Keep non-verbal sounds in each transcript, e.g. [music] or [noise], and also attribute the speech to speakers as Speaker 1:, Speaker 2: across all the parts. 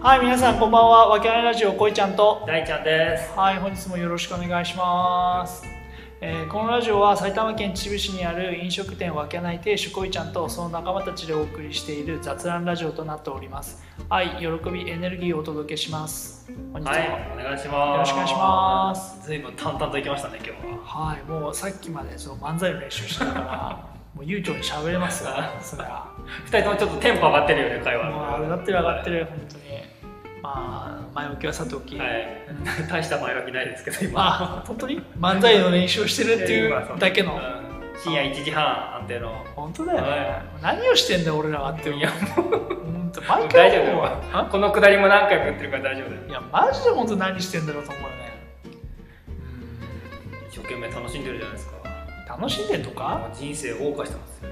Speaker 1: はい、皆さんこんばんは。わけあいラジオこいちゃんと。
Speaker 2: 大ちゃんです。
Speaker 1: はい、本日もよろしくお願いします。えーこのラジオは埼玉県秩父市にある飲食店わけない亭主こいちゃんとその仲間たちでお送りしている雑談ラジオとなっております。愛、喜び、エネルギーをお届けします。本日も。
Speaker 2: は
Speaker 1: はいい、、
Speaker 2: お願いします。
Speaker 1: よろしくお願いします。
Speaker 2: ずいぶん淡々と行きましたね、今日
Speaker 1: もうさっきまでその漫才の練習してたから、 [laughs] もう悠長に喋れますよ。そりゃ。
Speaker 2: は。二人ともちょっとテンポ上がってるよね、会話。
Speaker 1: もう上がってる上がってる、本当に。まあ、前置きはさておき。
Speaker 2: はい。大した前置きないですけど、今。
Speaker 1: あ
Speaker 2: [laughs]
Speaker 1: 本当に漫才の練習をしてるっていうだけの
Speaker 2: うん深夜1時半安定の。
Speaker 1: 本当だよね、
Speaker 2: は
Speaker 1: 何をしてんだよ俺らはって
Speaker 2: いや
Speaker 1: 本当毎
Speaker 2: 大
Speaker 1: 回
Speaker 2: 丈夫
Speaker 1: 思
Speaker 2: だ
Speaker 1: う
Speaker 2: よ
Speaker 1: わ
Speaker 2: [laughs]
Speaker 1: あ
Speaker 2: このくだりも何回も言ってるから大丈夫だよ。
Speaker 1: いやマジで本当何してんだろうと思うよね
Speaker 2: 一生懸命楽しんでるじゃないですか。
Speaker 1: うん楽しんでんのか
Speaker 2: 人生を謳歌してますよ。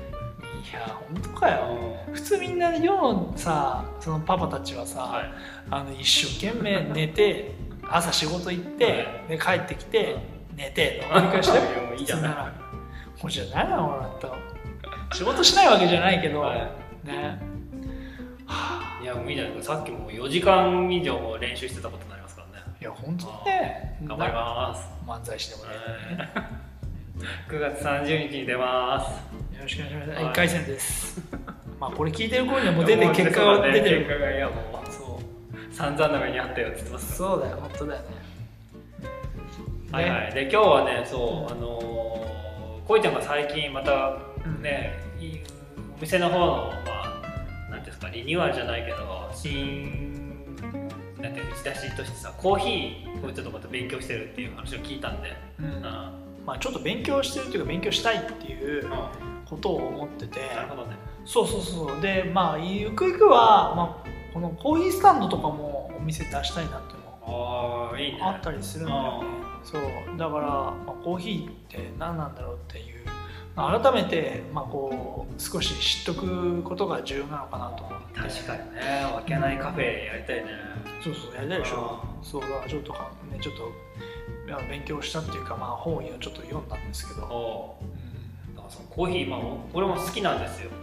Speaker 1: いや本当かよ普通みんな世のさそのパパたちはさ、
Speaker 2: はい。
Speaker 1: あの一生懸命寝て朝仕事行って、で帰ってきて寝ての繰り返しだよ
Speaker 2: [laughs] いやもういいじゃん
Speaker 1: そならもうじゃないな俺だったら仕事しないわけじゃないけど、
Speaker 2: はい
Speaker 1: ねはい
Speaker 2: や、もういいじゃないですか。さっきも4時間以上練習してたことになりますからね。
Speaker 1: あいや本当にね
Speaker 2: 頑張ります。
Speaker 1: 漫才してもらえたらね
Speaker 2: [laughs] 9月30日に出ます。
Speaker 1: よろしくお願いします、
Speaker 2: はい
Speaker 1: 1回戦です
Speaker 2: [laughs]
Speaker 1: まあこれ聞いてる頃にはもう出て結果が出て
Speaker 2: 結
Speaker 1: る
Speaker 2: 果がいやもう
Speaker 1: そ
Speaker 2: 散々な目にあったよって言ってま
Speaker 1: う
Speaker 2: すか
Speaker 1: そうだよ本当だよね
Speaker 2: ら。はいはい。で今日はねそうあのー、こいちゃんが最近またね、いいお店の方のまあなんていうんですかリニューアルじゃないけど新なんていう打ち出しとしてさコーヒーをちょっとまた勉強してるっていう話を聞いたんで。
Speaker 1: うん
Speaker 2: うん。うん
Speaker 1: まあちょっと勉強してるというか勉強したいっていうことを思ってて、
Speaker 2: なるほどね。
Speaker 1: そうそうそうでまあゆくゆくは、まあ、このコーヒースタンドとかもお店出したいなっていうの
Speaker 2: ああいいね。
Speaker 1: があったりするんだよねそうだから、まあ、コーヒーって何なんだろうっていう、まあ改めて、まあ、こう少し知っとくことが重要なのかなと思って
Speaker 2: 確かにね。わけないカフェやりたいね。
Speaker 1: そうそうやりたいでしょそうだからちょっとかねちょっといや勉強したっていうか、まあ、本をちょっと読んだんですけ
Speaker 2: お
Speaker 1: ど、
Speaker 2: おー。
Speaker 1: う
Speaker 2: だからそのコーヒー、まあ、俺も好きなんですよ。
Speaker 1: んう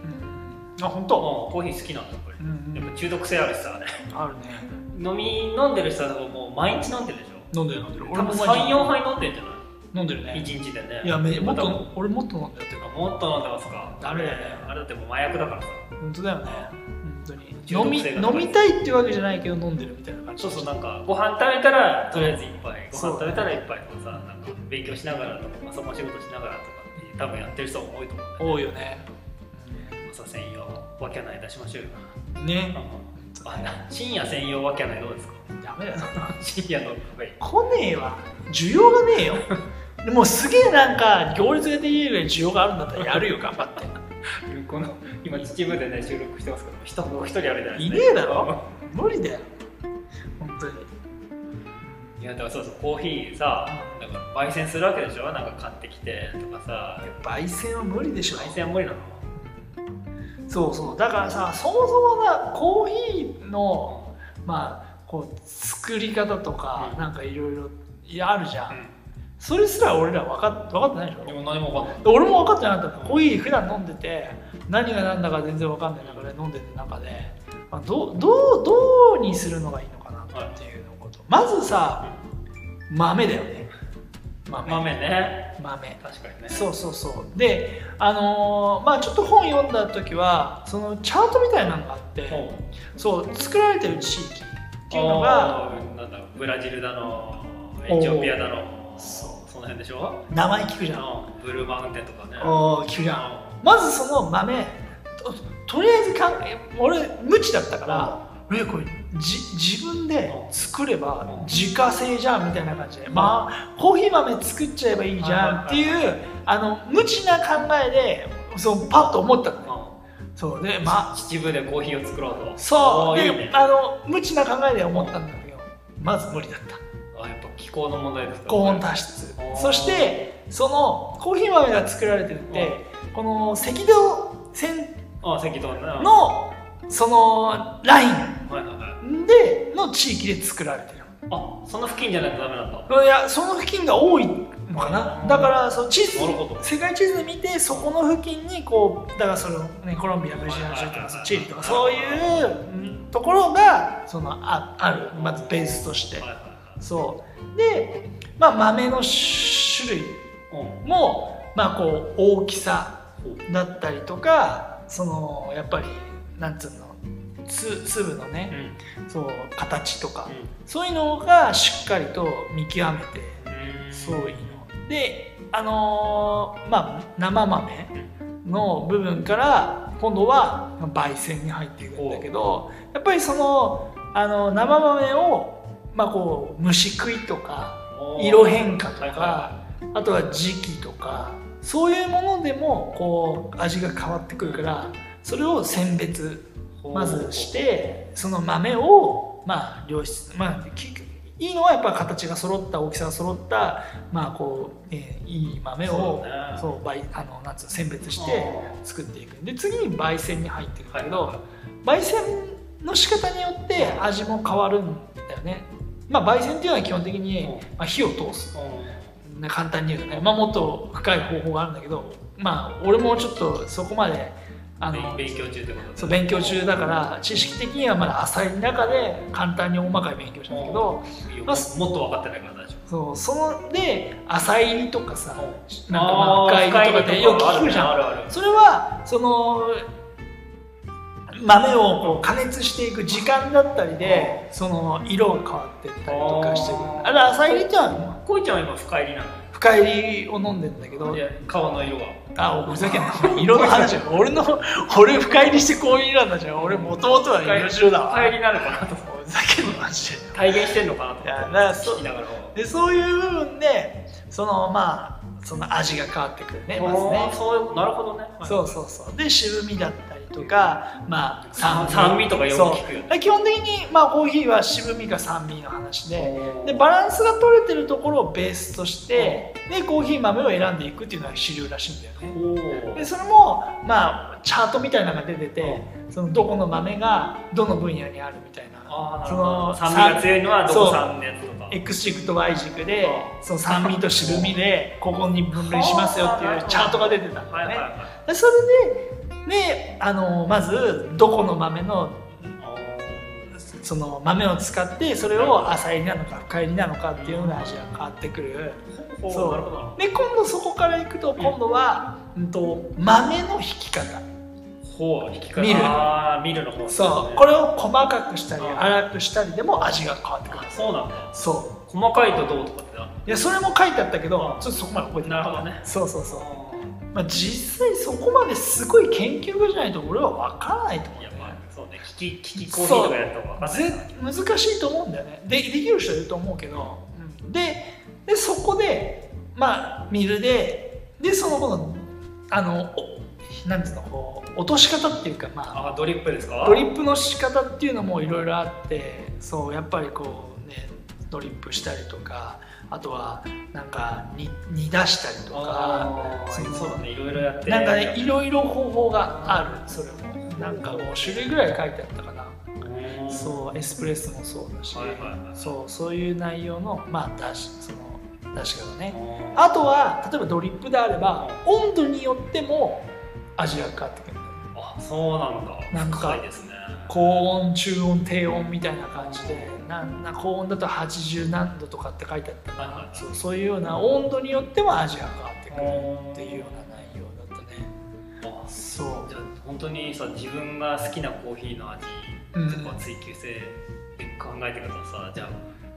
Speaker 1: ん、あ本
Speaker 2: うん
Speaker 1: 当、
Speaker 2: コーヒー好きなんだよ、これ
Speaker 1: う。んう
Speaker 2: やっ
Speaker 1: ん、
Speaker 2: ぱ中毒性あるしさ、あれ
Speaker 1: あるね
Speaker 2: [laughs] 飲み、飲んでる人はもう毎日飲んでるでしょ。
Speaker 1: 飲んでる飲んでる
Speaker 2: 俺も
Speaker 1: 毎
Speaker 2: 3、
Speaker 1: 日
Speaker 2: 4杯飲んでんじゃな
Speaker 1: 飲んでるね
Speaker 2: い ?1 日でね。
Speaker 1: いやめもっ
Speaker 2: ま
Speaker 1: と俺もっと飲んでやってる
Speaker 2: たもっと飲んでますか。
Speaker 1: ダメだよね
Speaker 2: あれだってもう麻薬だからさ。
Speaker 1: 本当だよね本当に
Speaker 2: 中
Speaker 1: 飲
Speaker 2: 毒
Speaker 1: み
Speaker 2: 性が高い
Speaker 1: 飲みたいっていうわけじゃないけど飲んでるみたいな感じ
Speaker 2: そうそう、なんか、ご飯食べたら、とりあえず1杯。ご
Speaker 1: そう
Speaker 2: 飯食べたら1杯とかさ、なんか、勉強しながらとか、パソコン仕事しながらとかって、多分やってる人も多いと思うんだよね。
Speaker 1: 多いよね
Speaker 2: 朝専用、わけない出しましょうよ。
Speaker 1: ね
Speaker 2: あな深夜専用わけないどうですか
Speaker 1: ダメだよ
Speaker 2: 深夜のカフェイン。
Speaker 1: 来ねえわ需要がねえよでもすげえなんか行列ができるぐらい需要があるんだったらやるよ頑張って
Speaker 2: この今秩父でね収録してますけど人もう一人あるじゃない
Speaker 1: いねえだろ無理だよ本当に
Speaker 2: いやだからそうそうコーヒーさだから焙煎するわけでしょなんか買ってきてとかさ
Speaker 1: 焙煎は無理でしょ
Speaker 2: 焙煎は無理なの
Speaker 1: そうそうだからさそもそもなコーヒーのまあこう作り方とか
Speaker 2: うん
Speaker 1: なんかいろいろいやあるじゃん、
Speaker 2: う
Speaker 1: それすら俺ら分かっ分かってないでし
Speaker 2: んでも何もわかんない
Speaker 1: ょ俺も分かってなかったコーヒー普段飲んでて何が何だか全然分かんない中で飲んでて中で、まあ、どうどうどうにするのがいいのかなっていうのこと、まずさ豆だよね豆
Speaker 2: 豆ね
Speaker 1: 豆
Speaker 2: 確かにね
Speaker 1: そうそうそうであのーまあちょっと本読んだ時はそのチャートみたいなのがあって、
Speaker 2: ほう
Speaker 1: そう作られてる地域っていうのが
Speaker 2: あーなんだブラジルだのエチオピアだの
Speaker 1: そ
Speaker 2: その辺でしょ
Speaker 1: 名前聞くじゃん
Speaker 2: うんブルーマウンテンとかね
Speaker 1: おー聞くじゃんまずその豆ととりあえずかん俺無知だったからえこれじ自分で作れば
Speaker 2: うん
Speaker 1: 自家製じゃんみたいな感じでまあコーヒー豆作っちゃえばいいじゃんっていうあの無知な考えでそうパッと思ったのね
Speaker 2: うん
Speaker 1: そうでまあ
Speaker 2: 秩父でコーヒーを作ろうと
Speaker 1: そう
Speaker 2: おー
Speaker 1: で
Speaker 2: いいね
Speaker 1: あの無知な考えで思ったんだけどまず無理だった
Speaker 2: あやっぱ気候の問題ですか
Speaker 1: 高温多湿
Speaker 2: あー
Speaker 1: そしてそのコーヒー豆が作られてるってこの赤道線
Speaker 2: あ赤道ねの
Speaker 1: のそのライ
Speaker 2: はいはいはい
Speaker 1: ンでの地域で作られてる
Speaker 2: あその付近じゃないとダメなんだ
Speaker 1: いやその付近が多いのかな、だからその地図
Speaker 2: なるほど
Speaker 1: 世界地図見てそこの付近にこうだからその、ね、コロンビアブラジルアルジェリアとかそのチリとかそういううんところがそのああるまずベースとして
Speaker 2: はいはい
Speaker 1: そうで、まあ、豆の種類
Speaker 2: はい
Speaker 1: も、まあ、こう大きさ
Speaker 2: うん
Speaker 1: だったりとかそのやっぱりなんつうのつ粒のね、そう形とかそういうのがしっかりと見極めて
Speaker 2: うん
Speaker 1: そういうのであのーまあ生豆の部分から今度は焙煎に入っていくんだけどやっぱりそのあの生豆を、まあ、こう虫食いとか
Speaker 2: おー
Speaker 1: 色変化と
Speaker 2: はいはい
Speaker 1: かあとは時期とかそういうものでもこう味が変わってくるからそれを選別まずしてその豆をまあ良質まあきいいのはやっぱ形が揃った大きさが揃ったまあこう、えーいい豆を
Speaker 2: そうだね
Speaker 1: そう焙あのなんつうの選別して作っていくで次に焙煎に入っていくんだけど、
Speaker 2: は
Speaker 1: 焙煎の仕方によって味も変わるんだよねまあ焙煎っていうのは基本的に、まあ、火を通すね簡単に言うとね、まあ、もっと深い方法があるんだけどまあ俺もちょっとそこまであ
Speaker 2: あ
Speaker 1: の
Speaker 2: の勉強中ってこと
Speaker 1: そう勉強中だから知識的にはまだ浅い中で簡単に大まかに勉強したんだけど
Speaker 2: いやももっと分かってないから大丈
Speaker 1: そうそので浅い入りとかさ
Speaker 2: 夫
Speaker 1: なんかまあ
Speaker 2: ー
Speaker 1: 深入りとかってよく聞くじゃん
Speaker 2: あるあるある
Speaker 1: それはその豆をこう加熱していく時間だったりでその色が変わってったりとかしてくる
Speaker 2: あー
Speaker 1: あれ浅い入りってのは
Speaker 2: こいちゃんは今深入りな
Speaker 1: 深入りを飲んでんだけど
Speaker 2: のいや顔の色は
Speaker 1: あおふざけんな色の話だよ俺の俺深入りしてこういう色なんだじゃん俺もともとは色白だ
Speaker 2: 深入
Speaker 1: わ
Speaker 2: りなのか
Speaker 1: [laughs]
Speaker 2: なと思
Speaker 1: おふざけんなマジで
Speaker 2: 体現してんのかなと
Speaker 1: いやだから
Speaker 2: 思
Speaker 1: そ
Speaker 2: って聞きながら
Speaker 1: でそういう部分でそのまあその味が変わってくるねまず
Speaker 2: お
Speaker 1: ね
Speaker 2: ーそうなるほどねはい
Speaker 1: そうそうそうで渋みだったりとかまあ
Speaker 2: 酸酸味とかよく聞くよね
Speaker 1: そうで基本的にまあコーヒーは渋みが酸味の話で
Speaker 2: おー
Speaker 1: でバランスが取れてるところをベースとしてでコーヒー豆を選んでいくっていうのが主流らしいんだよね
Speaker 2: お
Speaker 1: で
Speaker 2: ー
Speaker 1: それもまあチャートみたいなのが出ててそのどこの豆がどの分野にあるみたいな
Speaker 2: あーな
Speaker 1: そ
Speaker 2: るほど
Speaker 1: の
Speaker 2: 酸味が強いのはどこ
Speaker 1: そう
Speaker 2: 産のやつとか
Speaker 1: X 軸と Y 軸でその酸味と渋みでここに分類しますよっていうチャートが出てたんだ
Speaker 2: はい
Speaker 1: よ
Speaker 2: はい
Speaker 1: ね
Speaker 2: は
Speaker 1: でそれでであのまずどこの豆の
Speaker 2: い
Speaker 1: その豆を使ってそれを浅入りなのか深入りなのかっていうような味が変わってくる
Speaker 2: おー
Speaker 1: そう
Speaker 2: なるほどなるほ
Speaker 1: で今度そこからいくと今度は、うん、と豆の引き方
Speaker 2: どほう引き方
Speaker 1: 見る
Speaker 2: あー見るの方ですね
Speaker 1: そうこれを細かくしたり
Speaker 2: うん
Speaker 1: 粗くしたりでも味が変わってくる
Speaker 2: あそうなんだ
Speaker 1: そ
Speaker 2: 細かいとどうとかってある
Speaker 1: ういやそれも書いてあったけどちょっとそこまで覚えてない
Speaker 2: なるほどね
Speaker 1: そうそうそう、
Speaker 2: の
Speaker 1: まあ、実際そこまですごい研究家じゃないと俺は分からないと思う
Speaker 2: い
Speaker 1: んだ
Speaker 2: や
Speaker 1: よね
Speaker 2: まあそうね聞き聞きコーヒーとかやった方が分かんない
Speaker 1: ぜ難しいと思うんだよねでできる人はいると思うけど、ででそこでまあミルででその後のあのおなんていうのこう落とし方っていうかまあ
Speaker 2: あドリップですか
Speaker 1: ドリップの仕方っていうのもいろいろあってそうやっぱりこうねドリップしたりとかあとはなんか煮煮出したりとか
Speaker 2: あー
Speaker 1: その
Speaker 2: そうだねいろいろやって
Speaker 1: なんかねいろいろ方法があるそれもなんか5種類ぐらい書いてあったかな
Speaker 2: うん
Speaker 1: そうエスプレッソもそうだし、
Speaker 2: はいはいはい
Speaker 1: そうそういう内容のまあ出しその出し方ね
Speaker 2: あ
Speaker 1: あとは例えばドリップであれば温度によっても味が変わってくるんだよ
Speaker 2: あそうなんだ
Speaker 1: なんか
Speaker 2: 深いですね
Speaker 1: 高温中温低温みたいな感じでなんな高温だと80何度とかって書いてあったか
Speaker 2: はいはい
Speaker 1: なそうそういうような温度によっても味が変わってくるっていうような内容だったね
Speaker 2: あそ
Speaker 1: そう
Speaker 2: じゃあ本当にさ自分が好きなコーヒーの味
Speaker 1: うん
Speaker 2: とか追求性で考えていくとさじゃあ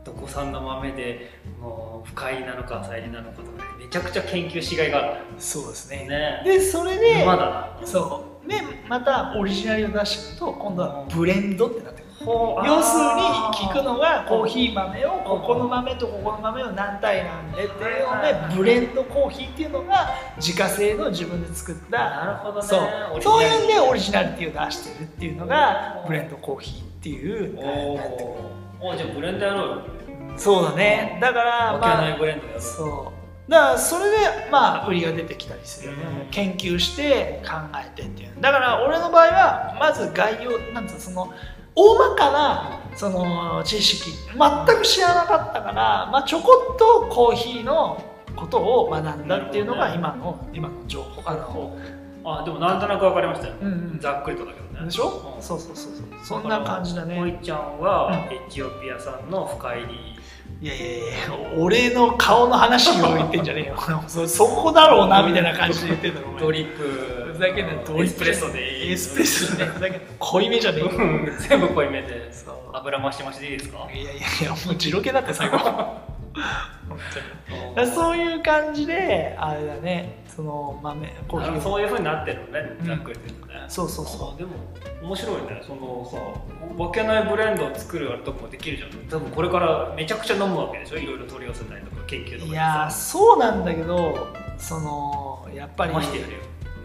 Speaker 2: どこ産の豆でもう深入りなのか浅入りなのかとかめちゃくちゃ研究しがいがある
Speaker 1: そうですね
Speaker 2: ね
Speaker 1: でそれで
Speaker 2: まだ
Speaker 1: そうでまたオリジナルを出していくと今度はブレンドってなってくる
Speaker 2: ほう
Speaker 1: 要するに
Speaker 2: あー
Speaker 1: 聞くのがコーヒー豆をここの豆とここの豆を何対何でっていうのでブレンドコーヒーっていうのが自家製の自分で作った
Speaker 2: なるほどね
Speaker 1: そうそういうんでオリジナリティを出してるっていうのがブレンドコーヒーっていう
Speaker 2: お
Speaker 1: なってく
Speaker 2: ーおーじゃあブレンドやろうよ
Speaker 1: るそうだねだから
Speaker 2: わけ
Speaker 1: ま
Speaker 2: ない
Speaker 1: あ
Speaker 2: ブレンドやろう
Speaker 1: そうだからそれでまあ売りが出てきたりするよね
Speaker 2: うん
Speaker 1: 研究して考えてっていうだから俺の場合はまず概要なんつうのその大まかなその知識全く知らなかったから、まあ、ちょこっとコーヒーのことを学んだっていうの
Speaker 2: な
Speaker 1: が
Speaker 2: る
Speaker 1: 今の、今の情報あの、
Speaker 2: あでもなんとなく分かりましたよ、
Speaker 1: うんうん
Speaker 2: ざっくりとだけどね
Speaker 1: でしょ、
Speaker 2: うん
Speaker 1: そうそうそうそうそんな感じだ
Speaker 2: こ
Speaker 1: ね
Speaker 2: いちゃんはエチオピア産の深入り
Speaker 1: いやいやいや俺の顔の話を言ってんじゃねえよ [laughs] そそこだろうなみたいな感じで言ってんだろお前
Speaker 2: ドリップ
Speaker 1: ふざけんなドリップ
Speaker 2: エスプレッソでいい
Speaker 1: エスプレッソでふざけんな濃いめじゃねえよ
Speaker 2: うん全部濃いめで
Speaker 1: そう
Speaker 2: 油増し増しでいいですか
Speaker 1: いやいやいやもうジロケだって最後本当にだからそういう感じであれだねその豆コーヒ
Speaker 2: あの
Speaker 1: ーを
Speaker 2: そういうふうになってるのねざっくりと言うとね、
Speaker 1: そうそうそう
Speaker 2: あでも面白いねそのさ分けないブレンドを作るあれとかもできるじゃん多分これからめちゃくちゃ飲むわけでしょいろいろ取り寄せたりとか研究とか
Speaker 1: いやーそうなんだけどそのやっぱり
Speaker 2: ましてやるよ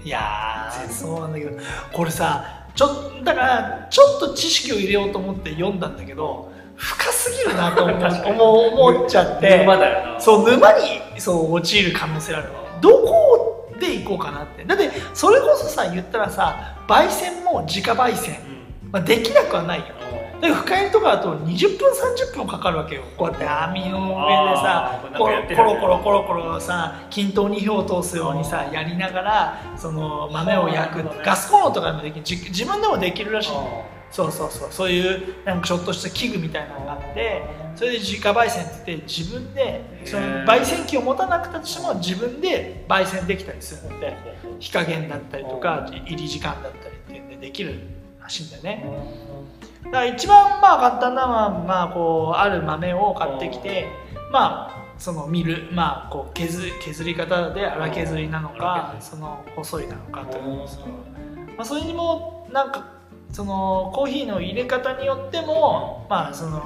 Speaker 1: いやーそうなんだけどこれさちょだからちょっと知識を入れようと思って読んだんだけど深すぎるなと思
Speaker 2: [laughs] 確かに
Speaker 1: う思う思っちゃって
Speaker 2: 沼だよな
Speaker 1: そう沼にそう陥る可能性あるのどこで行こうかなってだってそれこそさ言ったらさ焙煎も自家焙煎
Speaker 2: う、ん
Speaker 1: まあ、できなくはないよで深入りとかだと20分30分かかるわけよこうやって網の上でさ
Speaker 2: あー
Speaker 1: コ
Speaker 2: これ
Speaker 1: ロ
Speaker 2: なんかやってる
Speaker 1: コロコロコロコロさ均等に火を通すようにさやりながらその豆を焼く、
Speaker 2: そうなんだね
Speaker 1: ガスコンロとかでもできるじ自分でもできるらしい
Speaker 2: あ
Speaker 1: そうそうそうそういうなんかちょっとした器具みたいなのがあってそれで自家焙煎って言って自分でその
Speaker 2: へー
Speaker 1: 焙煎機を持たなくたとしても自分で焙煎できたりするので
Speaker 2: ー
Speaker 1: 火加減だったりとか入り時間だったりっていうんでできるらしいんだよね。だから一番まあ簡単なのは、まあ、こうある豆を買ってきてまあそのミルまあこう削削り方で荒削りなのか
Speaker 2: うん
Speaker 1: その細いなのかという、
Speaker 2: うん
Speaker 1: まあ、それにもなんかそのコーヒーの入れ方によってもまあその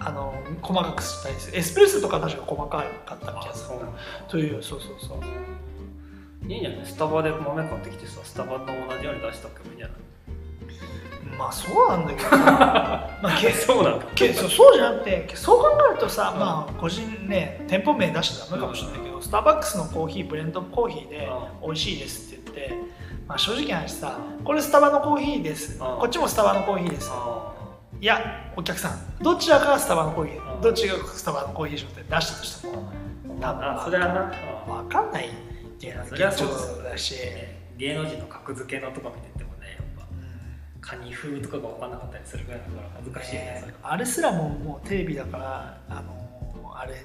Speaker 1: あの細かくしたりするエスプレッソとか確か細かかった気
Speaker 2: あ
Speaker 1: がす
Speaker 2: そうなんだ
Speaker 1: るというそうそうそう
Speaker 2: いいじゃないスタバで豆買ってきてさスタバと同じように出したってもいいんじゃない
Speaker 1: まあそうなんだけど
Speaker 2: [laughs]
Speaker 1: なまあけ
Speaker 2: そうなんだ
Speaker 1: けそうそうじゃなくてそう考えるとさ、まあ個人ね店舗名出してダメかもしれないけど、スターバックスのコーヒーブレンドコーヒーで
Speaker 2: う
Speaker 1: 美味しいですって言って、まあ、正直な話さこれスタバのコーヒーです、
Speaker 2: ん
Speaker 1: こっちもスタバのコーヒーです、
Speaker 2: あ
Speaker 1: いやお客さんどちらかがスタバのコーヒー、
Speaker 2: うん
Speaker 1: どっちがスタバのコーヒーでしょって出したとしても多分
Speaker 2: あそれはなうん
Speaker 1: 分かんないっていうのは
Speaker 2: そりゃ
Speaker 1: 現
Speaker 2: そ
Speaker 1: 状
Speaker 2: うです
Speaker 1: だし、
Speaker 2: ね芸能人の格付けのとか見ててもねやっぱカニ風とかが分かんなかったりするぐらいだから恥ずかしいね
Speaker 1: ね
Speaker 2: それ
Speaker 1: あれすらももうテレビだからあのーあれね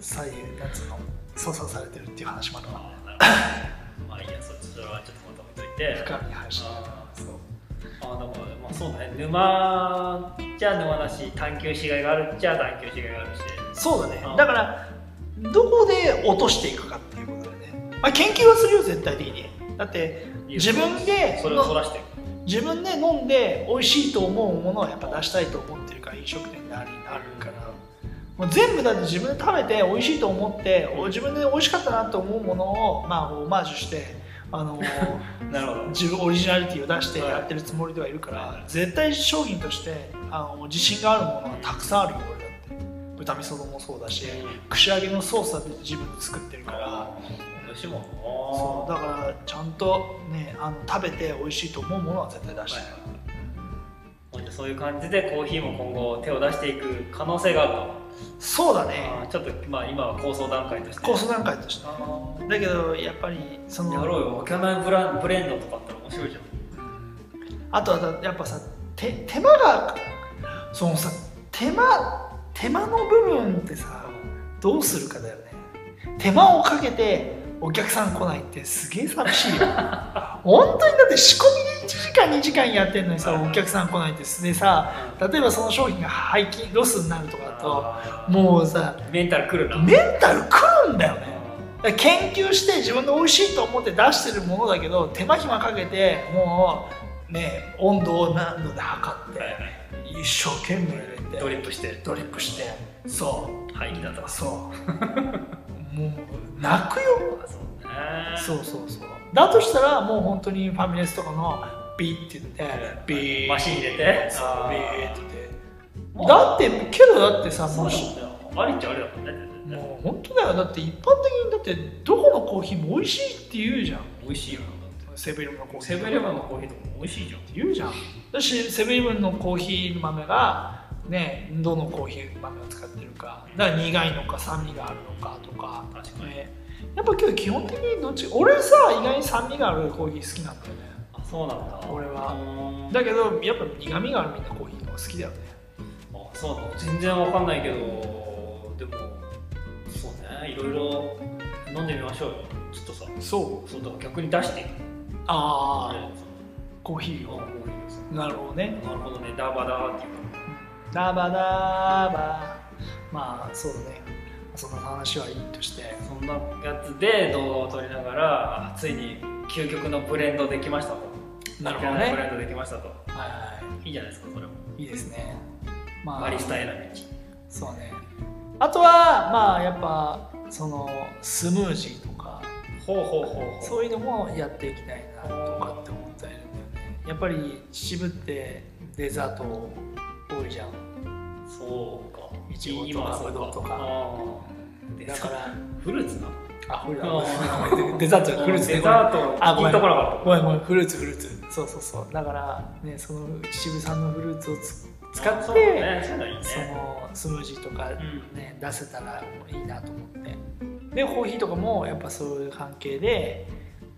Speaker 1: 左右なんつうの操作されてるっていう話もあるわ
Speaker 2: あーなるほどまあいいやそそれはちょっとまとめといて
Speaker 1: 深みに話して
Speaker 2: あ
Speaker 1: そう
Speaker 2: ーあーでもまあそうだね沼じゃ沼だし探求しがいがあるっちゃ探求しがいがあるし
Speaker 1: そうだね
Speaker 2: あー
Speaker 1: だからどこで落としていくかっていうことだよね、まあ、研究はするよ絶対的にだって自分で
Speaker 2: それをそらしていく
Speaker 1: 自分で飲んで美味しいと思うものをやっぱ出したいと思ってるから飲食店でありあるからもう全部だって自分で食べて美味しいと思ってお自分で美味しかったなと思うものをまあオマージュしてあの
Speaker 2: [laughs] なるほど
Speaker 1: 自分オリジナリティを出してやってるつもりではいるから、
Speaker 2: はい
Speaker 1: 絶対商品としてあの自信があるものはたくさんあるよ俺だって豚味噌丼もそうだし串揚げのソースだって自分で作ってるから。
Speaker 2: 吉本
Speaker 1: そうだからちゃんとねあの食べて美味しいと思うものは絶対出してる、
Speaker 2: そういう感じでコーヒーも今後手を出していく可能性がある
Speaker 1: そうだ
Speaker 2: と、
Speaker 1: ね
Speaker 2: あーちょっとまあ今は構想段階として
Speaker 1: コース段階として
Speaker 2: あー
Speaker 1: だけどやっぱりその
Speaker 2: やろうよ分けないブランブレンドとかあったら面白いじゃん
Speaker 1: あとはだやっぱさ手手間がそのさ手間手間の部分ってさどうするかだよね手間をかけてお客さん来ないってすげえ寂し
Speaker 2: [laughs]
Speaker 1: いよ本当にだって仕込みで1時間2時間やってんのにさお客さん来ないってすでさ例えばその商品が廃棄ロスになるとかだと
Speaker 2: あー
Speaker 1: もうさ
Speaker 2: メンタルくるな
Speaker 1: メンタルくるんだよねだから研究して自分で美味しいと思って出してるものだけど手間暇かけてもうね温度を何度で測って一生懸命入れ
Speaker 2: ド
Speaker 1: て
Speaker 2: リップして
Speaker 1: ドリップしてそ
Speaker 2: 廃棄だと
Speaker 1: う [laughs]
Speaker 2: か
Speaker 1: そうもう泣くよ
Speaker 2: そうね
Speaker 1: そうそうそうだとしたらもう本当にファミレスとかのビーって言ってビー
Speaker 2: マシン入れて
Speaker 1: そう
Speaker 2: あー
Speaker 1: ビーって言って
Speaker 2: まあ
Speaker 1: だってけどだってさ
Speaker 2: そ
Speaker 1: も
Speaker 2: う
Speaker 1: う
Speaker 2: だもんねありっちゃありだもんね全然ね
Speaker 1: もう本当だよだって一般的にだってどこのコーヒーも美味しいって言うじゃん
Speaker 2: 美味しいよなだ
Speaker 1: セブンイレブンのコー
Speaker 2: って
Speaker 1: ヒ
Speaker 2: セ
Speaker 1: ー
Speaker 2: ブンイレブンのコーヒーとかも美味しいじゃん
Speaker 1: 言うじゃんだしセブンイレブンのコーヒー豆がね、どのコーヒー豆を使ってるかだから苦いのか酸味があるのかとか
Speaker 2: 確かに、
Speaker 1: ね、やっぱ今日基本的にどっち俺さ意外に酸味があるコーヒー好きなんだよね
Speaker 2: あそうなんだ
Speaker 1: 俺は
Speaker 2: は
Speaker 1: だけどやっぱ苦味があるみんなコーヒーの方が好きだよね
Speaker 2: あそうなの全然わかんないけどでもそうねいろいろ飲んでみましょうよちょっとさ
Speaker 1: そう
Speaker 2: そうだから逆に出して
Speaker 1: ああ、
Speaker 2: あ
Speaker 1: コーヒーをなるほどね
Speaker 2: なるほどねダーバダーっていう
Speaker 1: ダバダバまあそうだねその話はいいとして
Speaker 2: そんなやつで動画を撮りながらあついに究極のブレンドできましたと
Speaker 1: なるほど
Speaker 2: みたいブ
Speaker 1: ね
Speaker 2: レンドできましたと
Speaker 1: はいはい
Speaker 2: いじゃないですかそれも
Speaker 1: いいですねまあ
Speaker 2: バリスタ選び
Speaker 1: そうねあとはまあやっぱそのスムージーとか
Speaker 2: ほうほうほうほう
Speaker 1: そういうのもやっていきたいなとかって思ったりするんだよねやっぱり渋ってデザート多いじゃん
Speaker 2: そうか
Speaker 1: いちごとかぶどうとか
Speaker 2: デザ
Speaker 1: だ
Speaker 2: ート
Speaker 1: から
Speaker 2: フルーツな
Speaker 1: あほ
Speaker 2: あ
Speaker 1: らデザートフルーツ
Speaker 2: デ
Speaker 1: ね
Speaker 2: ザート
Speaker 1: あご
Speaker 2: 聞
Speaker 1: め
Speaker 2: い
Speaker 1: ん
Speaker 2: てこなかった
Speaker 1: ごめんごめんフルーツフルーツそうそうそうだからねその渋さんのフルーツをつ使って
Speaker 2: あ
Speaker 1: そ,、
Speaker 2: そうだねそういうのいいね
Speaker 1: のスムージーとか
Speaker 2: ん
Speaker 1: ね、出せたらいいなと思ってでコーヒーとかもやっぱそういう関係で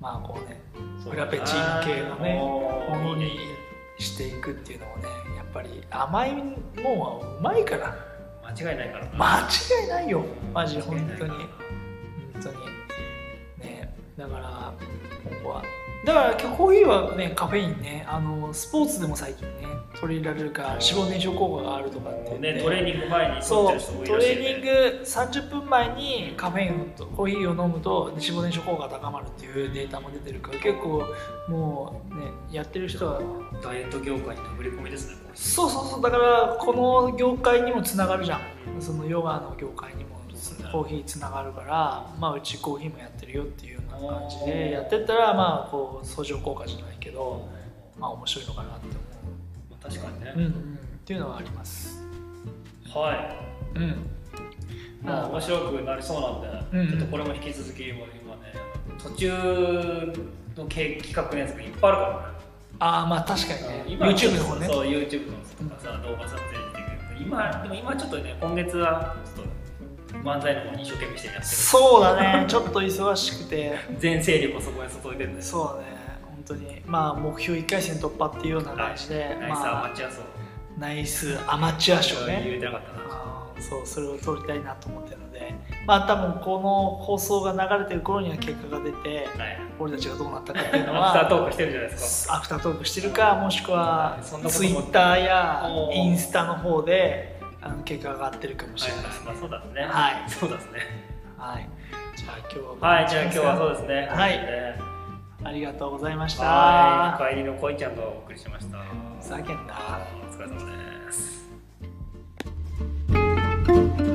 Speaker 1: まあこうね
Speaker 2: そう
Speaker 1: フラペチーノ系のね
Speaker 2: おー
Speaker 1: ものにしていくっていうのをねやっぱり甘いもんはうまいから
Speaker 2: 間違いないからな
Speaker 1: 間違いないよマジ
Speaker 2: 間違
Speaker 1: 本
Speaker 2: いない
Speaker 1: 当
Speaker 2: か
Speaker 1: に
Speaker 2: ら
Speaker 1: 本当にねだから今後はだから今日コーヒーはねカフェインねあのスポーツでも最近ね取り入れられるから脂肪燃焼効果があるとかって言って
Speaker 2: ねトレーニング前に撮って
Speaker 1: そ
Speaker 2: る人多
Speaker 1: う
Speaker 2: い
Speaker 1: ト
Speaker 2: ら
Speaker 1: レ
Speaker 2: しい
Speaker 1: ーニン
Speaker 2: ね
Speaker 1: グ30分前にカフェインとコーヒーを飲むと脂肪燃焼効果が高まるっていうデータも出てるから結構もうねやってる人は
Speaker 2: ダイエット業界に殴り込みですねこれ
Speaker 1: そうそうそうだからこの業界にもつながるじゃんそのヨガの業界にも
Speaker 2: そうだね
Speaker 1: コーヒーつながるから、まあ、うちコーヒーもやってるよっていうような感じでやってったらまあこう相乗効果じゃないけどまあ面白いのかなって思
Speaker 2: まあ確かにね
Speaker 1: う、うんうん、っていうのはあります
Speaker 2: は
Speaker 1: うん
Speaker 2: いまあ面白くなりそうなんで、
Speaker 1: うん
Speaker 2: ちょっとこれも引き続きもう今ね途中の計企画のやつがいっぱいあるからね
Speaker 1: ああまあ確かにね
Speaker 2: 今
Speaker 1: YouTube の方ね
Speaker 2: そう YouTube のとかさ動画撮影してくる今でも今ちょっとね今月はちょっと漫才の方に一生懸命してやってる
Speaker 1: そうだね、 [laughs] ちょっと忙しくて、
Speaker 2: 全精力をそこに注いでるんです
Speaker 1: そうだね、本当に、まあ、目標1回戦突破っていうような感じで、
Speaker 2: ナイスア
Speaker 1: ま
Speaker 2: マチュア層
Speaker 1: あ、ナイスアマチュア賞ね、
Speaker 2: 言えてなかったな
Speaker 1: あーそう、それを取りたいなと思ってるので、まあ、多分この放送が流れてる頃には結果が出て、
Speaker 2: はい
Speaker 1: 俺たちがどうなったかっていうの
Speaker 2: [laughs] アフター
Speaker 1: は、
Speaker 2: トークしてるじゃないです
Speaker 1: アフタートークしてるか、もしくは
Speaker 2: そんなことも
Speaker 1: Twitter や
Speaker 2: おー
Speaker 1: インスタの方で、あの結果が上がってるかも
Speaker 2: か
Speaker 1: しれないです
Speaker 2: ま
Speaker 1: ね
Speaker 2: あ。そうだね
Speaker 1: はい
Speaker 2: そうですね
Speaker 1: はい、じゃあ今日はこんな
Speaker 2: はい
Speaker 1: 感
Speaker 2: じゃあ
Speaker 1: で
Speaker 2: 今
Speaker 1: す
Speaker 2: 日
Speaker 1: か
Speaker 2: はそうですね
Speaker 1: はい
Speaker 2: ね
Speaker 1: ありがとうございました。
Speaker 2: はい帰りのこいちゃんがお送りしました
Speaker 1: ふざけんな。
Speaker 2: お疲れ様です